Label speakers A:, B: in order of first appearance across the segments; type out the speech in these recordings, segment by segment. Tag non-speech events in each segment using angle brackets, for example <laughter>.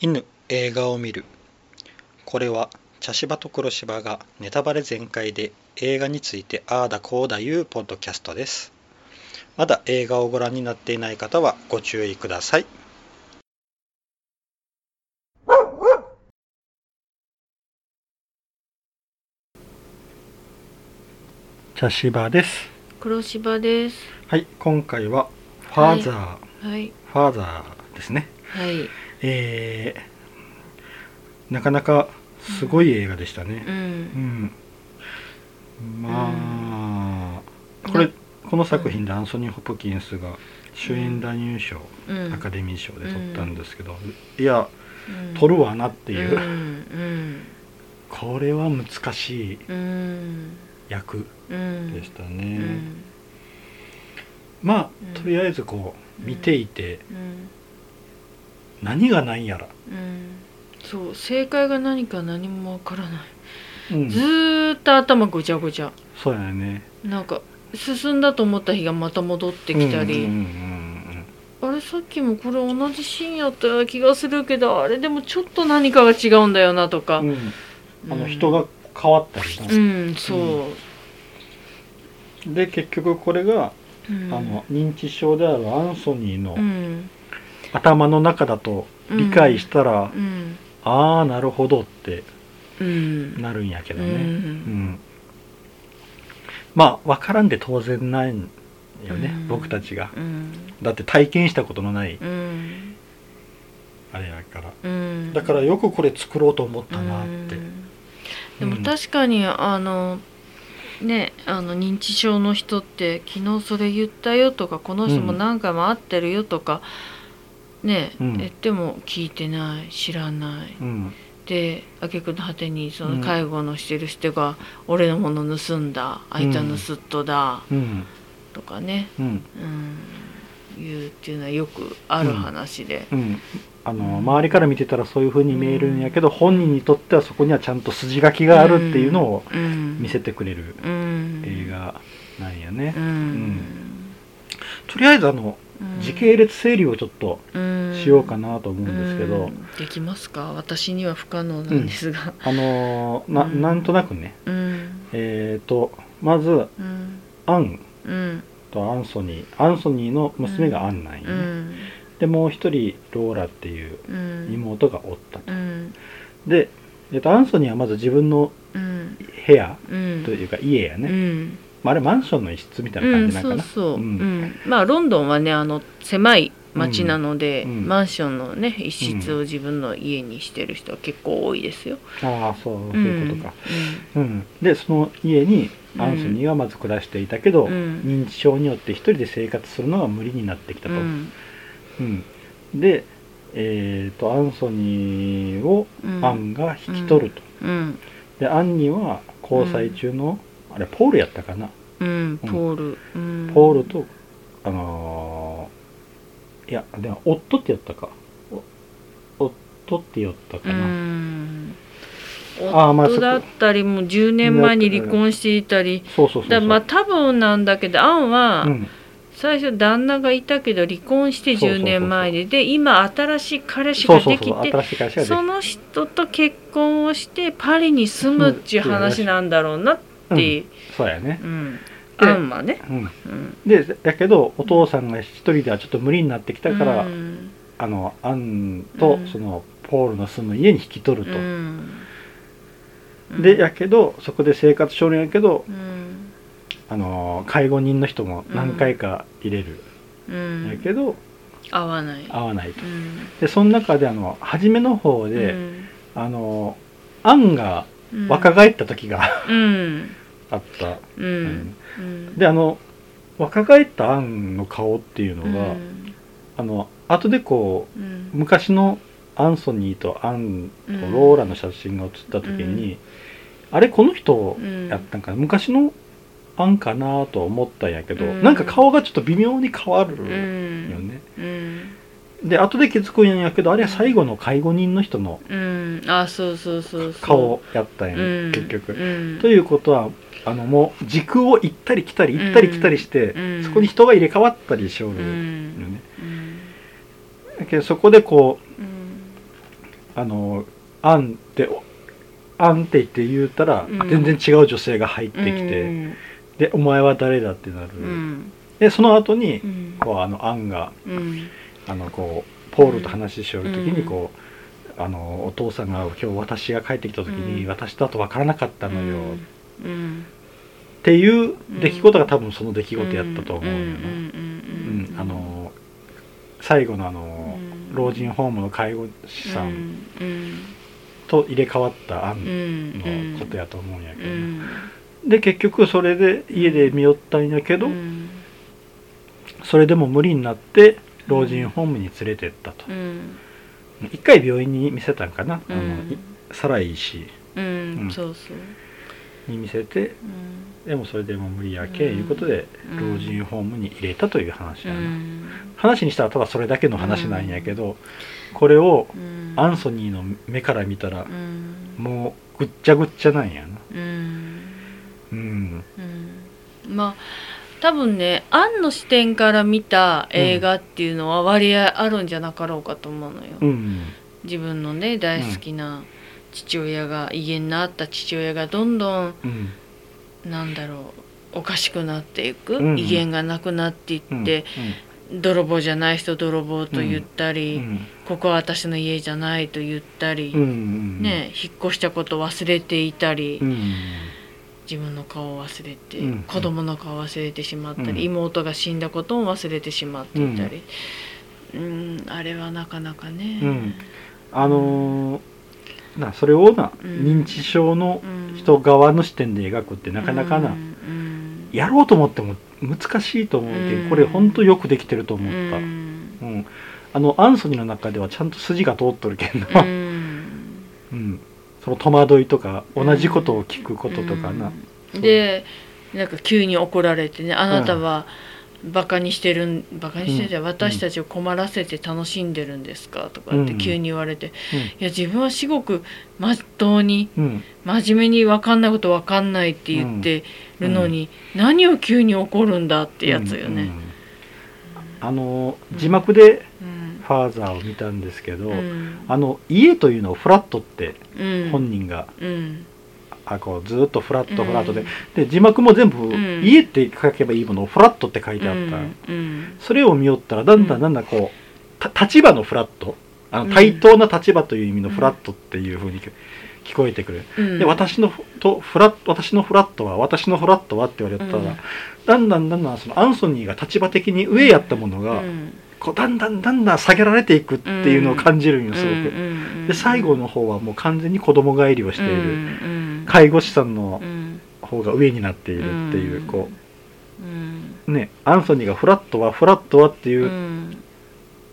A: 犬映画を見るこれは茶芝と黒芝がネタバレ全開で映画についてああだこうだいうポッドキャストですまだ映画をご覧になっていない方はご注意ください茶芝です
B: 黒芝です。
A: はい今回はファ
B: はい
A: ーザー、
B: はい。
A: ファーザーですね
B: はい。
A: えーなかなかすごい映画でしたね、
B: う。
A: うんん、まあ、これ
B: な
A: この作品でアンソニー・ホプキンスが主演男優賞、
B: うん。
A: アカデミー賞で取ったんですけど、いや取
B: 取
A: るわなって
B: て
A: いう、
B: うん。
A: これは難しい
B: うん。
A: 役
B: うん。
A: でした
B: う
A: ね、
B: ん。
A: ま
B: うん
A: あとりあえずこう見ていて
B: うん。
A: 何がないやら、
B: うん。そう、正解が何か何もわからない。
A: うん
B: ずーっと頭ごちゃごちゃ。
A: そうやね
B: なんか、進んだと思った日がまた戻ってき
A: うん
B: た
A: うん
B: り。
A: うんうん
B: あれ、さっきもこれ同じシーンやったような気がするけど、あれでもちょっと何かが違うんだよなとか
A: う。んあの
B: うん
A: 人。が変わったりな
B: うん、そう。
A: で結局これが、
B: うん
A: あの認知症であるアンソニーの、
B: うん。
A: 頭の中だと理解したら、
B: うん。
A: ああなるほどって
B: うん。
A: なるんやけど
B: う
A: ね、うん
B: ん
A: まあ分からんで当然ないんよね、
B: うん
A: 僕たちが
B: うん
A: だって体験したことのない
B: うん
A: あれやから
B: うん
A: だからよくこれ作ろうと思ったなって、
B: うんでも確かにあのねあの認知症の人って「昨日それ言ったよ」とか「この人も何回も会ってるよ」とか、ね、
A: うん
B: 言っても聞いてない知らない
A: うん
B: で挙句の果てにそ
A: うん
B: の介護のしてる人が「俺のもの盗んだあいつは盗っ人だ
A: うん」
B: とかね、
A: うん
B: うん、言うっていうのはよくある話で。
A: うんあの周りから見てたらそういう風に見えるんやけど、本人にとってはそこにはちゃんと筋書きがあるっていうのを見せてくれる映
B: 映
A: 画なんやね、
B: うん
A: とりあえずあの時系列整理をちょっとしようか
B: な
A: なと思う
B: と
A: んですけど、
B: できますか私には不可能なんですが
A: あのーな
B: うん
A: なんとなくね
B: うん
A: えー、とまず
B: うん
A: アン
B: うん
A: とアンソニーアンソニーの娘がアンなんよ
B: う
A: ね、
B: ん
A: でもう一人ローラっていう
B: うん
A: 妹がおったと
B: うん
A: で、えー、とアンソニーはまず自分の
B: うん
A: 部屋
B: うん
A: というか家や
B: う
A: ね、
B: ん
A: まあ、あれマンションの一室みたいな
B: う
A: 感
B: ん
A: じなん
B: そ
A: か
B: う
A: な、
B: そう
A: う
B: うんんまあロンドンはねあの狭い町なので
A: うんうん
B: マンションのね一室を自分の家にしてる人は結構多いですよ
A: ああそうそういうことか、
B: う
A: うんでその家にアンソニー
B: が
A: はまず暮らしていたけど、
B: うん
A: 認知症によって一人で生活するのが無理になってきたと、
B: うん
A: うん、で、えー、とアンソニーを
B: うん
A: アンが引き取ると、
B: うん
A: でアンには交際中の、あれポールやったかな、
B: うん、ポール、うん、
A: ポールとあのーいやでも夫ってやったかお夫ってやったか
B: う
A: な、
B: ん
A: あーまあ
B: 夫だったりもう10年前に離婚していたり
A: そうそうそうそ
B: だ
A: う、
B: まあ多分なんだけどアンは
A: うん、
B: 最初旦那がいたけど離婚して
A: そうそうそう
B: 10年前でで今新しい彼氏
A: そう
B: が
A: そう
B: でき
A: そう
B: て
A: 新しい会社が
B: そ
A: で
B: の人と結婚をしてパリに住むっていう話なんだろうなって
A: きてそうやね、
B: うん
A: で
B: アンはね
A: うん、
B: うん
A: でだけどお父さんが一人ではちょっと無理になってきたから、
B: うん
A: あのアンと
B: うん
A: そのポールの住む家に引き取ると、
B: うん
A: でやけどそこで生活しょるんやけど、
B: うん
A: あのー介護人の人も何回か入れる
B: うん
A: や
B: ん
A: けど、
B: 合わない
A: 合わないと
B: うん
A: でその中であの初めの方で、
B: うん
A: あのーアンが
B: うん
A: 若返った時が
B: うん
A: あった、
B: うんうん
A: であの若返ったアンの顔っていうの
B: うん
A: が、あの後でこ
B: う
A: うん昔のアンソニーとアンとローラの写真が写った時に、あれこの人
B: うん
A: やったんかな昔のアンかなとは思ったんやけど、
B: うん
A: なんか顔がちょっと微妙に変わる
B: う
A: よ
B: ん
A: ね、
B: うん
A: で後で気づくんやけどあれは最後の介護人の人の
B: うんあそうそうそうそう
A: 顔やったんや、
B: うん
A: 結局、
B: うん
A: ということはあのもう時空を行ったり来たり行ったり来たりして、
B: うん
A: そこに人が入れ替わったりしょる
B: う
A: よね、
B: んうん
A: だけどそこでこうあの「アン」って「アン」って言って言うたら、
B: うん
A: 全然違う女性が入ってきて、
B: うん
A: で「お前は誰だ?」ってなる、
B: うん
A: でその後に
B: うん
A: こうあのアンが
B: うん
A: あのこうポールと話ししよる時に
B: うん
A: こう、あのお父さんが「今日私が帰ってきた時に、
B: うん
A: 私だと分からなかったのよ」っ
B: うん
A: ていう
B: うん
A: 出来事が多分その出来事やったと思うよな、う
B: ん
A: んあの最後のあの、老人ホームの介護士さん
B: うん
A: と入れ替わったア
B: う
A: ン
B: んうん
A: のことやと思うんやけ
B: う
A: どな、
B: ん
A: で結局それで家で見よったんやけど、
B: うん
A: それでも無理になって老人ホームに連れてったと
B: う、ん
A: 一回病院に見せたんかな、
B: う
A: あの
B: ん
A: いサライ氏
B: うん
A: うん
B: そうそう
A: に見せて
B: うん
A: でもそれでも無理やけ、
B: うん
A: いうことで
B: うん
A: 老人ホームに入れたという話
B: う
A: やな、
B: ん
A: 話にしたらただそれだけの話なんやけど、これを
B: うん
A: アンソニーの目から見たら
B: うん
A: もうぐっちゃぐっちゃなんやな
B: うん
A: うん
B: うんまあ多分ねアンの視点から見た映画っていうのは割合あるんじゃなかろうかと思うのよ、
A: うん
B: 自分のね大好きな父親が、威厳のあった父親がどんどん
A: うん
B: なんだろうおかしくなっていく、
A: うんうん
B: 威厳がなくなってい
A: うん
B: って、泥棒じゃない人泥棒と言った
A: う
B: り、
A: ん
B: ここは私の家じゃないと言ったり、
A: うんうん
B: ね引っ越したこと忘れていたり、
A: うん
B: 自分の顔を忘れて、
A: うん
B: 子供の顔を忘れてしまったり、
A: うん
B: 妹が死んだことも忘れてしまっていたり、うん、あれはなかなかね、
A: うんあのーなそれをな、
B: うん
A: 認知症の
B: うん
A: 人側の視点で描くってなかなかな、
B: うん
A: やろうと思っても難しいと思うけど、
B: うん
A: これほんとよくできてると
B: う
A: 思った、うん
B: ん
A: あのアンソニーの中ではちゃんと筋が通っとるけん
B: う
A: な、
B: ん
A: うん、その戸惑いとか同じことを聞くこととかな、
B: うんでなんか急に怒られてね「あなたはバカにしてるんバカにしてるじゃん
A: うん
B: 私たちを困らせて楽しんでるんですか?」とかって急に言われて「いや自分はすごくまっとうに
A: うんうん
B: 真面目に分かんないこと分かんない」って言ってるのに、何を急に怒るんだってやつよ
A: うんう
B: ね。
A: んあの字幕で
B: うん
A: ファーザーを見たんですけど、
B: うん
A: あの家というのをフラットって
B: うん
A: 本人が、
B: うん
A: あこうずっとフラットフラットで、
B: うん
A: で字幕も全部、
B: ん
A: 家って書けばいいものをフラットって書いてあった、
B: うん
A: それを見よったらだんだ
B: うん
A: んだんだんこうた立場のフラットあ
B: う
A: の
B: ん
A: 対等な立場という意味のフラットっていうふうに聞聞こえてくる、
B: うん
A: で私のふとフラット私のフラットは私のフラットはって言われたら、
B: うん
A: だんだんだんだんそのアンソニーが立場的に上やったものが、
B: うん
A: こうだんだんだんだん下げられていくっていうのを感じるんよすごく。
B: うんうんうん
A: で最後の方はもう完全に子供返りをしている、
B: うんうん
A: 介護士さんの
B: うん
A: 方が上になっているっていう、
B: うん
A: こ
B: うん
A: うねアンソニーがフラットはフラットはっていう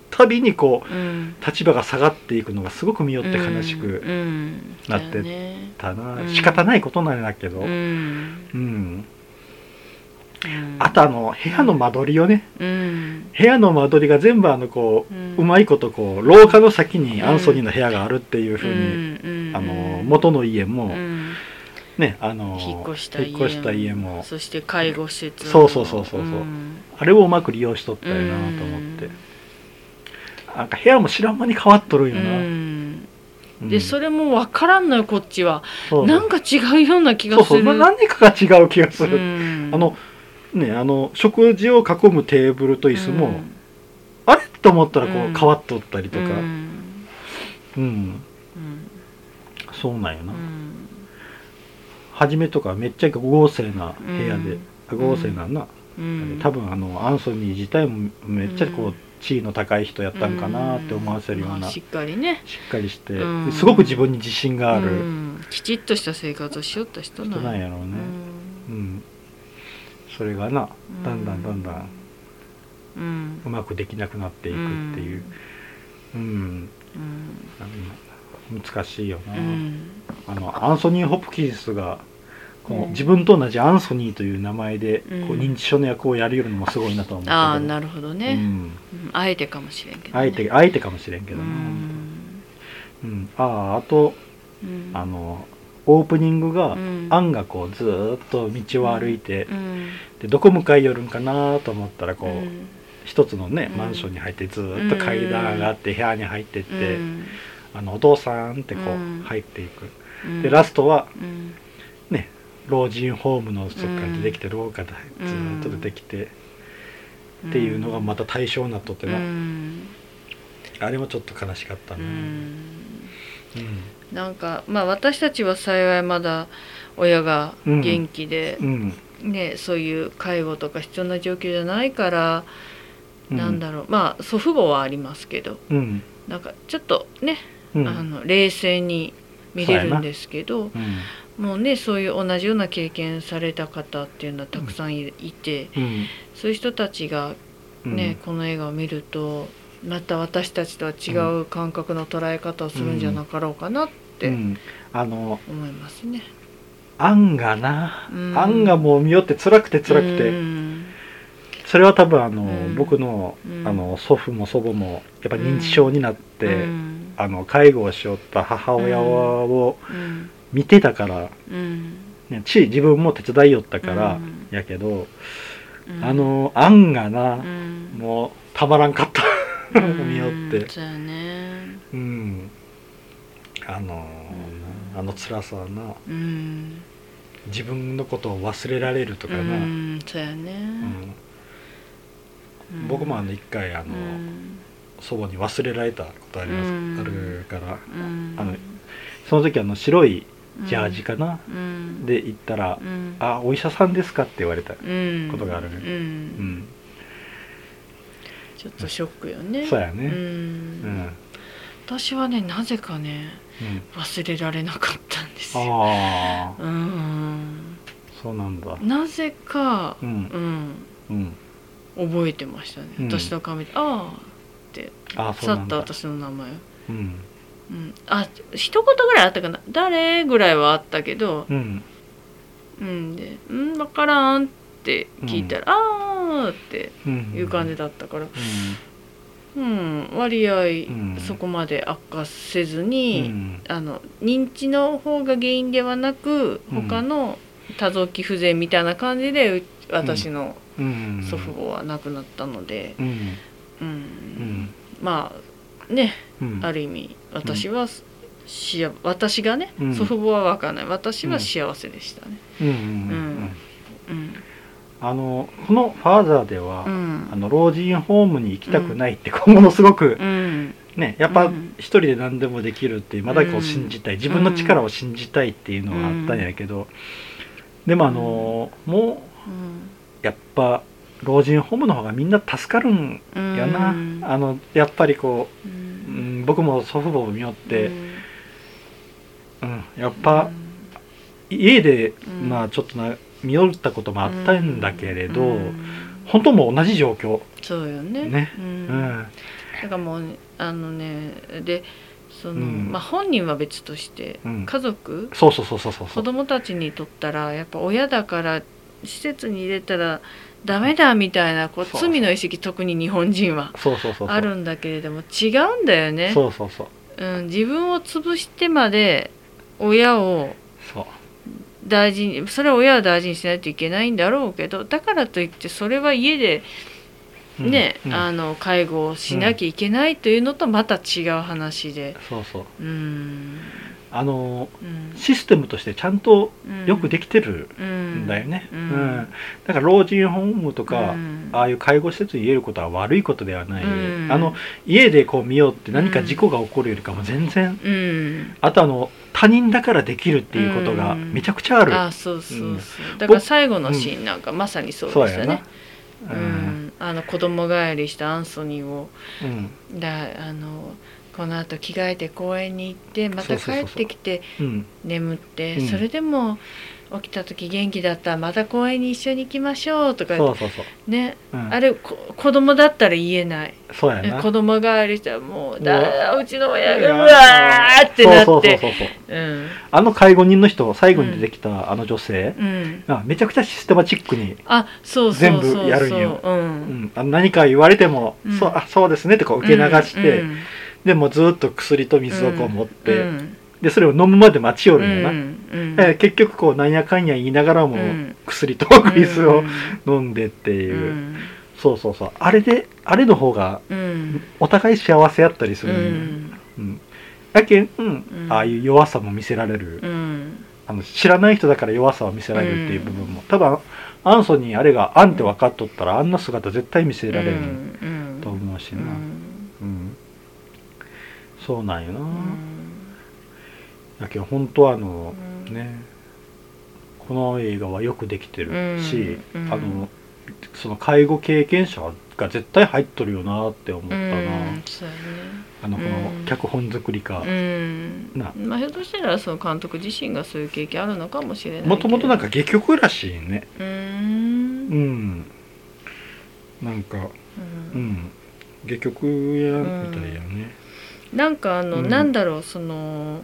A: たびにこ
B: うん
A: う立場が下がっていくのがすごく見よって悲し
B: う
A: く
B: ん
A: なって
B: だよね
A: たな、
B: うん
A: 仕方ないことなんだけど、
B: う
A: うん
B: んうん
A: あとあの部屋の間取りをね
B: うん
A: 部屋の間取りが全部あのこ
B: う
A: う、
B: ん
A: うまいことこう廊下の先にアンソニーの部屋があるっていうふうに、
B: うんうん
A: あの元の家
B: う
A: も、
B: ん
A: ねあの
B: 引っ越した家
A: 引っ越した家も
B: そして介護施設も
A: そうそうそうそうそうんあれをうまく利用しとったよなと思って、なんか部屋も知らん間に変わっとる
B: う
A: よな、
B: ん
A: うん
B: でそれも分からんのよこっちは
A: そう
B: なんか違うような気
A: そ
B: が
A: う
B: す
A: そう
B: る
A: な何かが違う気がする、
B: うん
A: あのねあの食事を囲むテーブルと椅子も、
B: うん
A: あれと思ったらこ
B: う
A: うん変わっとったりとか
B: う
A: うん、
B: んうん
A: そうなんよ
B: う
A: な、
B: ん
A: 初めとかめっちゃ豪勢な部屋で、
B: うん
A: 豪勢なんな、
B: うん
A: 多分あのアンソニー自体もめっちゃこ
B: う
A: うん地位の高い人やったんかなって思わせるような、
B: まあし
A: し
B: っかりね
A: っかりして、
B: うん
A: すごく自分に自信がある、
B: うんきちっとした生活をしよった人
A: 人
B: な
A: なん
B: ん
A: やろうね、う
B: うん
A: ん、それがなだんだんだんだん
B: うん
A: うまくできなくなっていくっていう、うんう
B: うん
A: ん難しいよな、
B: うん
A: あのアンソニー・ホプキンスがこう、
B: うん
A: 自分と同じアンソニーという名前で、こ
B: う
A: うん認知症の役をやるよりもすごいなとは思ったけど
B: ああなるほど
A: う
B: ね
A: ん、
B: うんあえてかもしれんけどね
A: 相手相手かもしれんけ
B: う
A: どな、うん
B: ん
A: あああと
B: うん
A: あのオープニングが、
B: うん
A: アンがこうずーっと道を歩いて、
B: うん
A: でどこ向かい寄るんかなと思ったらこう、
B: うん
A: 一つのね
B: うん
A: マンションに入ってずーっと階段上がって部屋に入ってって、
B: うん
A: あのお父さんってこ
B: うん
A: う入っていく、
B: うん
A: でラストは
B: うん
A: ね老人ホームのそこから出てきて廊下で
B: うん
A: ずーっと出てきて、っていうのがまた対象になっとって
B: う
A: な、
B: ん
A: あれもちょっと悲しかった
B: う
A: な、うん
B: んなんかまあ私たちは幸いまだ親が元気で
A: う、ん
B: ね、そういう介護とか必要な状況じゃないから、
A: う
B: なんだろうまあ祖父母はありますけど
A: うん
B: なんかちょっとね、
A: うん
B: あの冷静に見れるんですけど
A: うん
B: もうねそういう同じような経験された方っていうのはたくさんい,、て
A: うん
B: そういう人たちが
A: うん
B: ね、この映画を見るとまた私たちとは違う感覚の捉え方をするんじゃなかろうかなって
A: うんあの
B: 思いますね。
A: あんがな、
B: うん
A: あんがもう見よって辛くて辛くて、
B: うん
A: それは多分あの、
B: うん
A: 僕の
B: うん
A: あの祖父も祖母もやっぱ認知症になって、
B: うん
A: あの介護をしよった母親を
B: うん
A: 見てたから、
B: うん
A: ね、ち自分も手伝いよったから、
B: うん
A: やけど、
B: うん
A: あのあんがな、
B: うん
A: もうたまらんかった。
B: うん
A: 見よって
B: そうやね
A: うんあの
B: う
A: なあの辛さはな
B: うん
A: 自分のことを忘れられるとかな、
B: う
A: うん
B: んそうやね、うん
A: 僕もあの一回あ
B: う
A: の、
B: ん
A: 祖母に忘れられたことあります、
B: うん
A: あるから
B: うん
A: あのその時あの白いジャージかな、
B: うん
A: で行ったら
B: うん
A: 「あお医者さんですか?」って言われた、
B: うん
A: ことがあるね
B: うん
A: うん、
B: ちょっとショックよね
A: そうやねう
B: うん
A: ん
B: 私はねなぜかね
A: うん、
B: 忘れられなかったんですよ
A: ああ
B: うん
A: そうなんだ
B: なぜか
A: う、ん
B: うん、
A: うん
B: 覚えてましたね、
A: うん
B: 私の顔見てああ
A: ああそう
B: 去
A: な
B: っ
A: ん
B: た
A: だ
B: 私の名前を
A: うん
B: うん、あ一言ぐらいあったかな「誰?」ぐらいはあったけど
A: うん
B: 「うん」で「うん分からん」って聞いたら「ああ」って
A: うん
B: いう感じ
A: だ
B: だったから、
A: う
B: うん、割合、
A: ん
B: そこまで悪化せず
A: んう
B: に、
A: ん
B: あの認知の方が原因ではなく
A: うん
B: 他の多臓器不全みたいな感じでう私の
A: うん
B: 祖父母は亡くなったので、
A: うん
B: う
A: う
B: ん
A: ん
B: まあね
A: うん
B: ある意味私はす、しあ私がね、
A: うん
B: 祖父母は分からない私
A: う
B: は
A: ん
B: 幸せでしたね
A: うんうんう
B: うんんうん
A: あのこの「ファーザー」では、
B: うん
A: あの老人ホームに行きたくないって、今後もすごく
B: うん
A: ねやっぱ
B: うん
A: 一人で何でもできるっていうまだこ
B: う
A: うん信じたい自分の力を信じたいっていうのがあったんやけど、でもあのもうやっぱ老人ホームの方がみんな助かるん
B: うん
A: やな、
B: うん
A: あのやっぱりこ
B: う
A: う、うんん、僕も祖父母を見よって、うんやっ
B: う
A: ぱ
B: ん
A: 家で、
B: うん
A: まあちょっとな見よったこともあったんだけれど、
B: うん
A: 本当もう同じ状況、
B: そうよね
A: ね
B: う
A: うんんうん
B: だからもうあのねでその、
A: うん
B: まあ本人は別として、
A: うん
B: 家族
A: そうそうそうそうそうそ
B: 子
A: う
B: 供たちにとったらやっぱ親だから施設に入れたらダメだみたいなこう
A: そうそう
B: 罪の意識特に日本人は
A: そうそうそうそう
B: あるんだけれども違うんだよね、
A: そうそうそう
B: うん、自分を潰してまで親を
A: そう
B: 大事にそれは親は大事にしないといけないんだろうけどだからといってそれは家で
A: うん
B: ね、
A: うん
B: あの介護をしなきゃいけないというのとまた違う話で
A: そうそう
B: うん、
A: あの
B: うん
A: システムとしてちゃんと
B: うん、
A: よくできてる
B: うんん
A: だよね、
B: う
A: うんんだから老人ホームとか、
B: うん
A: ああいう介護施設に言えることは悪いことではない、
B: うん
A: あの家でこう見ようって何か事故が起こるよりかも全然
B: うん、
A: あとあの他人だからできるっていうことがめちゃくちゃある、
B: あそうそうそう、
A: うん
B: だから最後のシーンなんかまさにそうで
A: そう
B: した
A: や
B: ね
A: な
B: うん、あの子供帰りしたアンソニーを
A: うんうん
B: だあのこのあと着替えて公園に行ってま
A: そう
B: た
A: そ
B: 帰
A: うそうそう
B: ってきて
A: うん
B: 眠って
A: うん
B: それでも起きた時元気だったらまた公園に一緒に行きましょうとか
A: そうそうそう、
B: ね
A: うん、
B: あれこ子供だったら言えない
A: そうやな
B: 子供帰りしたら
A: う
B: もう
A: わ
B: だうちの親がうわーってなって
A: そうそうそうそう
B: うん
A: あの介護人の人最後に出てきたあの女性
B: うん
A: がめちゃくちゃシステマチックに、
B: あそうそうそうそう
A: 全部やるんよ
B: う
A: うんん、あの何か言われても、
B: うん
A: そうあそうですねってこう受け流して、
B: うん
A: でもうずっと薬と水をこう持って、
B: うん
A: でそれを飲むまで待ちよ
B: う
A: るんやな、
B: んうん
A: えー結局こうなんやかんや言いながらも
B: うん
A: 薬と水を飲んでっていう、そうそうそうあれであれの方が
B: うんうん
A: お互い幸せやったりす
B: う
A: るんよ、
B: ん
A: うんだけん、うん
B: うん
A: ああいう弱さも見せられる、
B: うん
A: あの知らない人だから弱さを見せられるっていう部分も、多分アンソニーあれがアンって分かっとったらあんな姿絶対見せられ
B: う
A: る
B: んうん
A: と思うし
B: う
A: な、うん
B: ん
A: そうなんよな、
B: うん
A: だけど本当あの
B: うん
A: ねこの映画はよくできてるし、
B: うん
A: あのその介護経験者が絶対入っとるよなって思ったな、
B: うんそうやね
A: あのこ
B: うん
A: の脚本作りか、
B: うん
A: な
B: まあひょっとしたらその監督自身がそういう経験あるのかもしれないけど
A: もともとなんか戯曲らしいね
B: うー
A: うんんなんか
B: うん
A: うん戯曲やみたいやね
B: なんかあの、
A: うん
B: なんだろうその、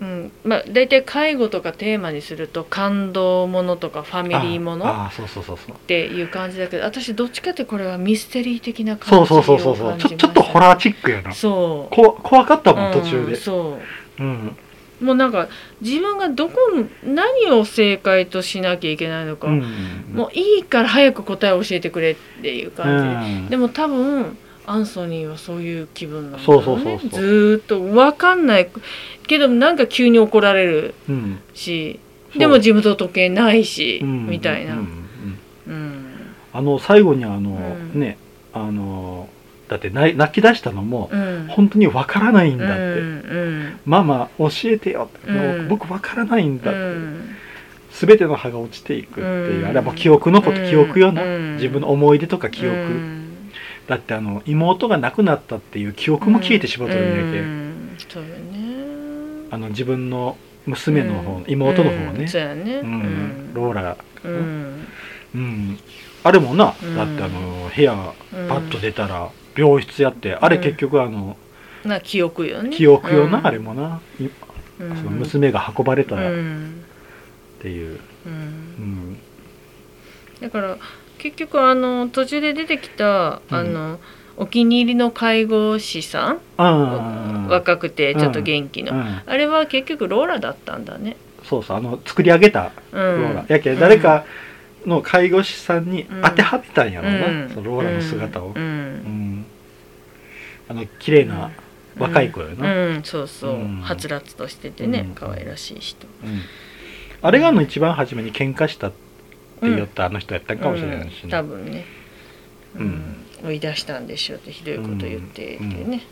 B: うんまあ、大体介護とかテーマにすると感動ものとかファミリーものっ
A: ああそうそうそうそう
B: ていう感じだけど私どっちかってこれはミステリー的な
A: そ
B: 感
A: う
B: じ
A: そ
B: を
A: うそうそうそう
B: 感じ
A: ち
B: ま
A: ょ
B: した
A: ちょっとホラーチックやな
B: そう
A: こ怖かったもん
B: うん
A: 途中で
B: そ
A: うん
B: うもうなんか自分がどこ何を正解としなきゃいけないのか、
A: うん
B: もういいから早く答えを教えてくれっていう
A: う
B: 感じで、
A: ん
B: でも多分アンソニーはそういう気分なんだ
A: そう
B: ろ
A: そううそ
B: ね
A: うそう
B: ずーっと分かんないけどなんか急に怒られる
A: うん
B: し
A: そう
B: でも自分と時計ないし、
A: うん
B: みたいな、
A: う
B: うん
A: うんんあの最後にあの
B: うん
A: ねあのだって泣い泣き出したのも
B: うん
A: 本当にわからないんだ
B: う
A: って
B: ん
A: ママ教えてよって、
B: うん
A: もう僕わからないんだ
B: う
A: って、
B: ん
A: 全ての葉が落ちていくっていう、
B: うん
A: あれはもう記憶のこと、記憶よな、
B: うん
A: 自分の思い出とか記憶、
B: うん
A: だってあの妹が亡くなったっていう記憶も消えてしまうとるんだけ、
B: うんそうよね
A: あの自分の娘の方、
B: うん
A: 妹の方ね
B: うん、そうやね
A: う
B: うんん
A: ローラ、
B: うん
A: うん、あれもな、
B: うん
A: だってあの部屋
B: うん
A: パッと出たら病室やってあれ
B: うん
A: 結局あの
B: な記憶よね
A: 記憶よな、
B: うん
A: あれもな、い
B: うん
A: その娘が運ばれたら
B: う
A: っ
B: ん
A: ていう、
B: う
A: うんん
B: だから結局あの途中で出てきた、
A: うん
B: あのお気に入りの介護士さん、
A: ああ
B: 若くてちょっと元気の、
A: うん、
B: あれは結局ローラだったんだね。
A: そうそうあの作り上げた
B: うん、
A: ローラ、やけ誰かの介護士さんに当てはめたんやろうな、
B: うん
A: そのローラの姿を、う
B: う
A: ん
B: ん
A: あの綺麗な
B: うん
A: 若い子よ
B: う
A: な、
B: ん、そうそう、
A: うん
B: はつらつとしててね、
A: うん
B: 可愛らしい人。
A: うんあれがあの一番初めに喧嘩したって言ったあの人やったんかもしれないし
B: う
A: ね、
B: ん多
A: うん
B: 分ね、
A: うん
B: 追い出したんでしょうってひどいこと言っててね。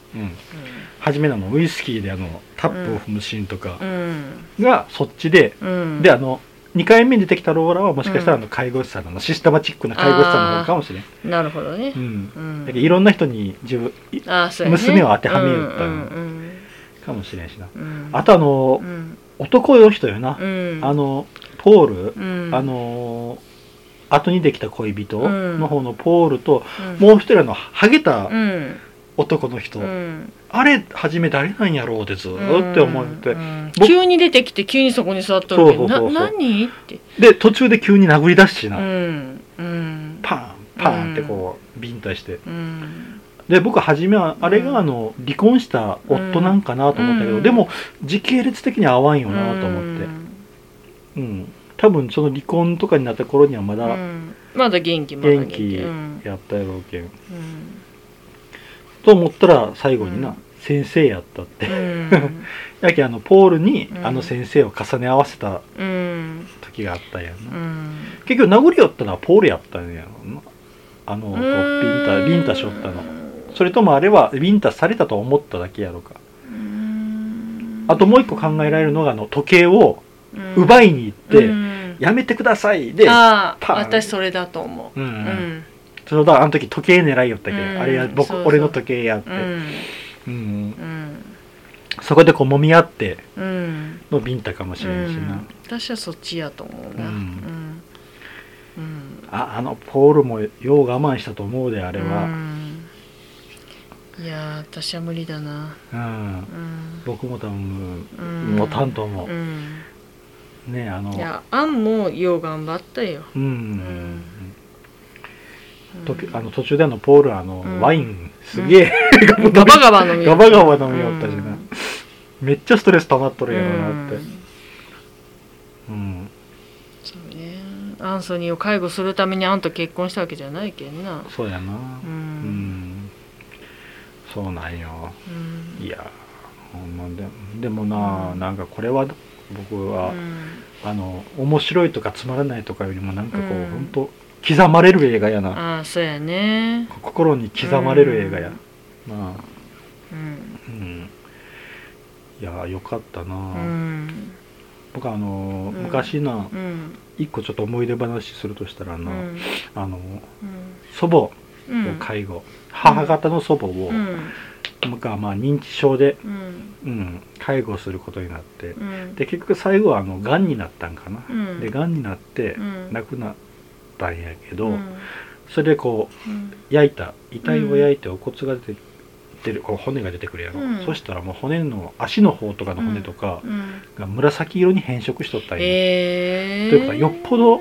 A: 初めのあのウイスキーであのタップを踏むシーンとか
B: うん、うん、
A: がそっちで、
B: うん、
A: であの2回目に出てきたローラはもしかしたらあの介護士さんのあのシステマチックな介護士さんの方かもしれん、
B: なるほどね
A: う。ん、
B: うん
A: だけどいろんな人に自分い
B: あーそうやね
A: 娘を当てはめよった
B: うんうん
A: かもしれんしな
B: うんうん
A: あとあの、
B: うん
A: 男よ人よな、
B: うん
A: あのポール、
B: うん
A: あの後にできた恋人の方のポールと、
B: うん
A: もう一人あのハゲた
B: うん
A: 男の人、
B: うん
A: あれ初め誰なんやろうってずーって思って、
B: うん
A: 僕
B: 急に出てきて急にそこに座っとるけど
A: そうそうそうそう
B: な何って
A: で途中で急に殴り出すし
B: う
A: な、
B: んうん
A: パーンパーンってこうビンタして
B: うん
A: で僕初めはあれ
B: うん
A: があの離婚した夫なんかなと思ったけど、
B: うん
A: でも時系列的に合わんよなと思って、うん多分その離婚とかになった頃にはま
B: う
A: だ
B: んまだ元気まだ
A: 元気
B: うん
A: やったやろうけん、
B: うん
A: と思ったら最後にな、
B: うん
A: 先生やったって、
B: うん
A: やけんあのポールに
B: うん
A: あの先生を重ね合わせた
B: うん
A: 時があったんやんな、
B: うん
A: 結局殴りよったのはポールやったんやろなあのこうビンタ
B: うん
A: ビンタしょったのそれともあれはビンタされたと思っただけやろか
B: うん
A: あともう一個考えられるのがあの時計を奪いに行って、
B: うん
A: やめてくださいで
B: ああ
A: パン
B: 私それだと思う
A: うん、
B: う
A: ちょうどあの時時計狙いよったけ、
B: うん
A: あれや僕
B: そうそう
A: 俺の時計やって、
B: う
A: うん
B: んうん
A: そこでこう揉み合って
B: うん
A: のビンタかもしれんしな、
B: うん、私はそっちやと思うな
A: う
B: うんん、うん、
A: ああのポールもよう我慢したと思うであ
B: あ
A: れは、
B: いやー私は無理だな
A: うん
B: うん、
A: 僕も多分
B: うん、
A: 持たんと思う
B: う、ん
A: ねあの
B: いやアンもよう頑張ったよ、
A: うん、
B: ん
A: と
B: うん
A: あの途中であのポールあの、
B: うん
A: ワインすげえ、
B: ガバガバ飲み
A: ガ
B: よ
A: バガバ飲みよったしな、めっちゃストレス溜まっと
B: う
A: る
B: ん
A: やろなって
B: う
A: う
B: ん
A: ん、
B: そうねアンソニーを介護するためにアンと結婚したわけじゃないけんな
A: そうやな
B: う
A: うんんそうなんよ
B: うん
A: いやーうんまあででもな、
B: うん
A: なんかこれは僕
B: う
A: は、
B: ん
A: あの面白いとかつまらないとかよりもなんかこう、
B: うん
A: ほんと刻まれる映画やな
B: ああそうやね
A: 心に刻まれる映画や、まあ
B: うん
A: うんいやよかったな、
B: うん
A: 僕あの、
B: うん
A: 昔な
B: うん
A: 一個ちょっと思い出話するとしたら
B: う
A: な、
B: ん
A: あの
B: うん
A: 祖母を
B: うん
A: 介護、母方の祖母を、
B: うん
A: 僕はまあ認知症で、
B: うん
A: うん、介護することになって
B: うん
A: で結局最後はあのがんになったんかな、
B: うん
A: でがんになって
B: うん
A: 亡くなったんやけど、
B: うん
A: それでこう
B: うん
A: 焼いた遺体を焼いてお骨が出て出るこう骨が出てくるやろ、
B: うん
A: そしたらもう骨の足の方とかの骨とか
B: うん
A: が紫色に変色しとったんや、
B: ええ
A: というかよっぽど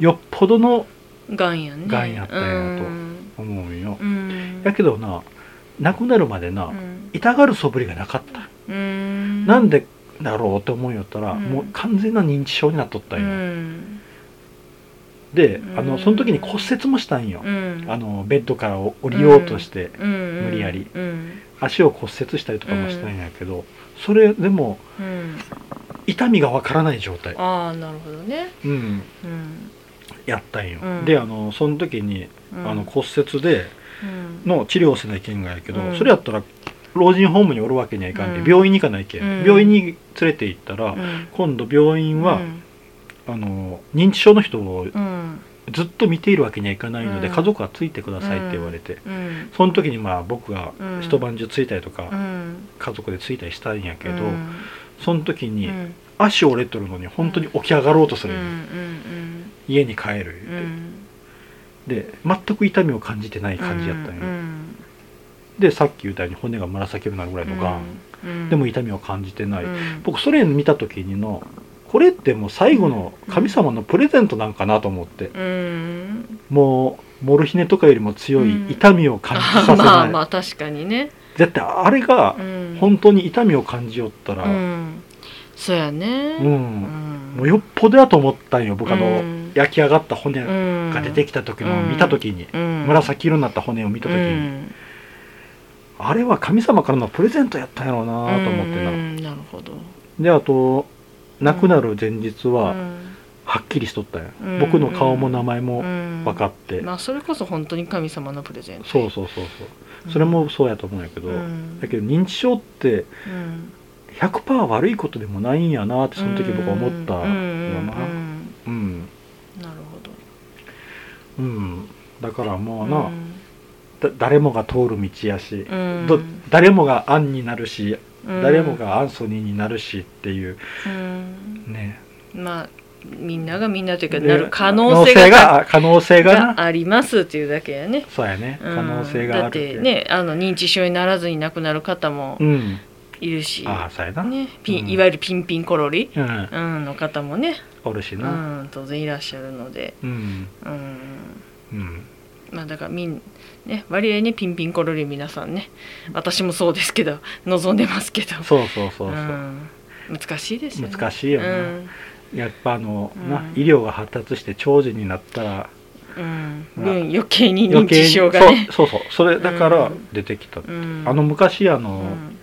A: よっぽどの
B: がんやね
A: がんやったんやと
B: うん
A: 思うんよ、
B: うん
A: やけどな亡くなるまでな、
B: うん
A: 痛がる素振りがなかった、
B: うん
A: なんでだろうって思うんやったら、
B: うん
A: もう完全な認知症になっとったん
B: う
A: よ、
B: ん
A: で
B: うん
A: あのその時に骨折もしたんよ、
B: うん
A: あのベッドから降りようとして、
B: 無
A: 理やり
B: うん
A: 足を骨折したりとかもしたんやけど、それでも
B: うん
A: 痛みがわからない状態、
B: ああなるほどね
A: うん、
B: うん
A: やったんよ、
B: うん
A: であのその時に、
B: うん
A: あの骨折で
B: うん
A: の治療をせないけんがやけど、
B: うん
A: それやったら老人ホームにおるわけにはいかんで、
B: うん
A: 病院に行かないけん、
B: うん
A: 病院に連れて行ったら、
B: うん
A: 今度病院は、
B: うん
A: あの認知症の人を
B: うん
A: ずっと見ているわけにはいかないので、
B: うん
A: 家族はついてくださいって言われて、
B: うん
A: その時にまあ僕が
B: うん
A: 一晩中ついたりとか、
B: うん
A: 家族でついたりしたんやけど、
B: うん
A: その時に
B: うん
A: 足折れとるのに本当に起き上がろうとす
B: うん
A: る、
B: うん
A: 家に帰る
B: うんう、ん
A: で全く痛みを感じてない感じやったんよ、
B: うん
A: でさっき言ったように骨が紫色になるぐらいのがん、
B: うん
A: でも痛みを感じてない、
B: うん
A: 僕それ見た時にのこれってもう最後の神様のプレゼントなんかなと思って、
B: うん
A: もうモルヒネとかよりも強
B: うん
A: い痛みを感じさせない、
B: <laughs> まあまあ確かにね
A: 絶対あれが
B: うん
A: 本当に痛みを感じよったら、
B: う
A: うん
B: んそうやねん
A: もうよっぽどやと思ったんよ僕あの、
B: うん
A: 焼き上がった骨が
B: が
A: 出て
B: き
A: きた時の見た時に、
B: うん
A: 紫色になった骨を見た時に、
B: うん
A: あれは神様からのプレゼントやったんやろうなと思ってな、
B: うんうんなるほど
A: であと亡くなる前日
B: う
A: は
B: ん
A: はっきりしとったんや、
B: うん
A: 僕の顔も名前も分か
B: っ
A: って、
B: まあそれこそ本当に神様のプレゼント
A: そうそうそうそうそれもそうやと思うんやけど、
B: うん
A: だけど認知症って
B: うん
A: 100%悪いことでもないんやなってその時僕は思ったよ
B: うんうん
A: なう
B: うん
A: ん
B: なるほど
A: うんだからもう
B: う
A: な、
B: ん
A: だ誰もが通る道やし、
B: うん
A: ど誰もがアンになるし、
B: うん
A: 誰もがアンソニーになるしっていう
B: うん
A: ね
B: まあみんながみんなというか
A: で
B: なる可能性が
A: が可能性がな
B: がありますっていうだけやね
A: そうやね
B: うん
A: 可能性がある
B: だってねあの認知症にならずに亡くなる方も
A: うん
B: いるし
A: ああそうやな、
B: ねピ
A: うん
B: ンいわゆるピンピンコロリ
A: うん
B: うんの方もね
A: おるし
B: う
A: なん
B: 当然いらっしゃるので
A: うん
B: うん
A: うん
B: まあだからみんね割合ねピンピンコロリ皆さんね私もそうですけど望んでますけど
A: そうそうそうそう、
B: ん、難しいですよね
A: 難しいよな、
B: うん
A: やっぱあの、
B: うん
A: な医療が発達して長寿になったら
B: うん
A: まあ
B: 分余計に認
A: 余計
B: 知
A: に
B: 症がね
A: そうそうそうそれだから出てきた、
B: うん
A: あの昔あの、
B: うん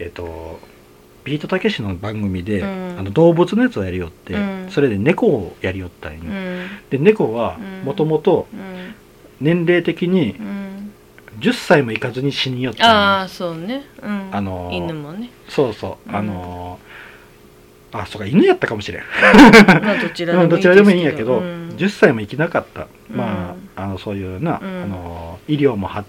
A: えっとビートたけしの番組で、
B: うん
A: あの動物のやつをやりよって、
B: うん
A: それで猫をやりよったんよ、
B: うん
A: で猫は
B: うん
A: もともと
B: うん
A: 年齢的に
B: うん
A: 10歳もいかずに死によったん
B: あ
A: よ
B: あそうね、うん、
A: あのー
B: 犬
A: <laughs>
B: もね
A: そうそう
B: うん
A: あのーあそうか犬やったかもしれん
B: まあどちらでもいい
A: どちらでもいいんやけど、
B: うん
A: 10歳も生きなかった、ま
B: う
A: あ
B: ん
A: あのそういうな、
B: うん
A: あのー医療もは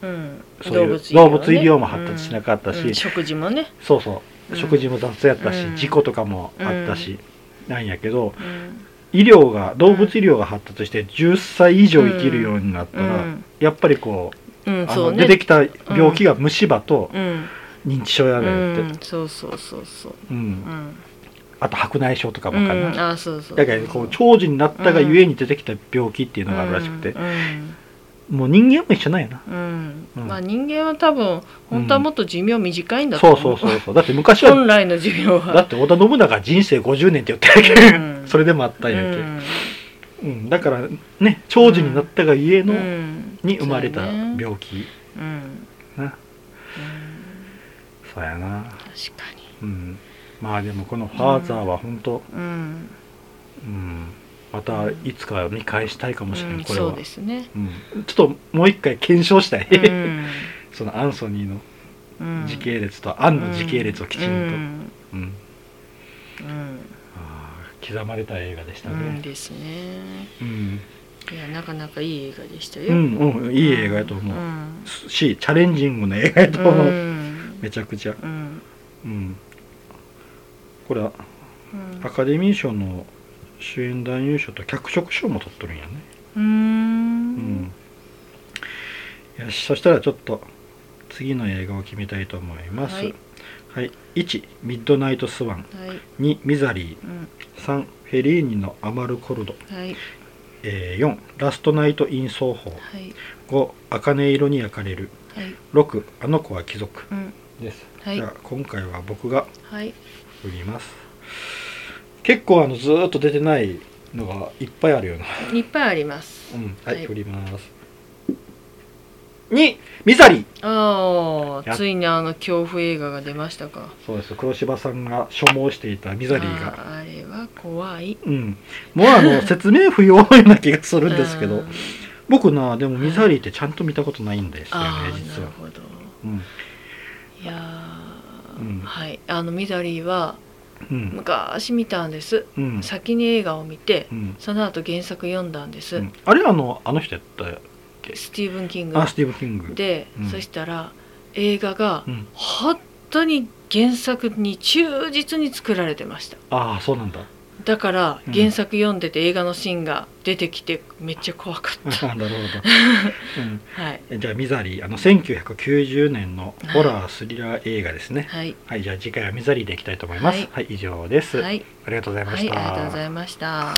B: うん
A: そういう
B: ね
A: 動物医療も発達しなかったし
B: うんうん食事もね、
A: そうそううん食事も雑やったし、
B: うん
A: 事故とかもあったし、なんやけど
B: うん
A: 医療が動物医療が発達して10歳以上生きるようになった
B: う
A: ら、
B: ん
A: やっぱりこう
B: うん
A: あ
B: そ
A: の
B: うね
A: 出てきた病気が虫歯と
B: うん
A: 認知症や
B: う
A: ねんって、
B: んそうそうそうそう
A: うん
B: うん
A: あと白内障とか
B: う
A: もかな、
B: んあそうそう
A: だからこう長寿になったがゆえに出てきた病気っていうのがあるらしくて、
B: うん
A: もう人間も一緒なんやな、
B: うん
A: うん
B: まあ人間は多分本当はもっと寿命短いんだと
A: そう
B: 思
A: そうそううそうだって昔は
B: 本来の寿命 <laughs> は
A: だって織田信長人生50年って言ったやけ、
B: うん
A: ん、それでもあったんやけ、
B: うんん
A: うん、だからね長寿になったがゆえの、
B: うん
A: に生まれた
B: そうね
A: 病気
B: うん
A: な、
B: うん
A: そそうやな
B: 確か
A: うんまあでもこの「ファーザー」は本当、
B: にうん、
A: うんまたいつか見返したいかもしれない、
B: うん
A: これは
B: そうですね
A: うんちょっともう一回検証したい、
B: うん
A: <laughs> そのアンソニーの
B: うん
A: 時系列とアンの時系列をきちんと、
B: う
A: うん
B: んうん
A: あー刻まれた映画でした
B: うん
A: ね、
B: ですね
A: うん
B: いやなかなかいい映画でした
A: う
B: よ、
A: んうんいい映画やと思う、
B: うん
A: しチャレンジングな映画やと思う、
B: うん
A: めちゃくちゃ、
B: うん
A: うん、これは
B: うん
A: アカデミー賞の主演男優賞と脚色賞も取っとるんやね
B: うー
A: うんんよしそしたらちょっと次の映画を決めたいと思いますは
B: はいい、
A: 1ミッドナイトスワン
B: はい
A: 2ミザリ
B: うん
A: ー3フェリーニのアマルコルド、
B: はい
A: えー4ラストナイト・イン・奏法
B: はい
A: 5茜色に焼かれる
B: はい
A: 6あの子は貴族
B: うん
A: です、
B: はい
A: じゃあ今回は僕が
B: はい
A: 振ります結構あのずーっと出てないのがいっぱいあるよな、
B: いっぱいあります
A: うん、はい、
B: はい
A: 振ります2ミザリー
B: あ
A: や
B: あ
A: っ
B: ついにあの恐怖映画が出ましたか
A: そうです黒柴さんが所望していたミザリーが
B: あーあれは怖い
A: うんもうあ <laughs> の説明不要のような気がするんですけ
B: う
A: ど
B: ん
A: 僕なでもミザリーってちゃんと見たことないんですよね
B: ああな
A: 実
B: る
A: は、
B: ほど
A: うん
B: いやー、
A: うん
B: はいあの「みざり」は
A: うん
B: 昔見たんです
A: うん
B: 先に映画を見て
A: うん
B: その後原作読んだんです、
A: うんあれあのあの人やったよ
B: スティーブン・キング
A: あスティーブ・キング
B: で、
A: うん
B: そしたら映画が
A: うん、
B: 本当に原作に忠実に作られてました
A: ああそうなんだ
B: だから
A: うん
B: 原作読んでて映画のシーンが出てきてめっちゃ怖か
A: な
B: っ
A: るほ <laughs>
B: た、
A: ど、うん
B: はい
A: え、じゃあミザリーあの1990年のホラースリラー映画ですねはい、
B: はい
A: じゃあ次回はミザリーでいきたいと思いますは
B: はい
A: い、以上です、
B: はい、
A: ありがとうございま
B: は
A: し
B: い、
A: た、
B: ありがとうございました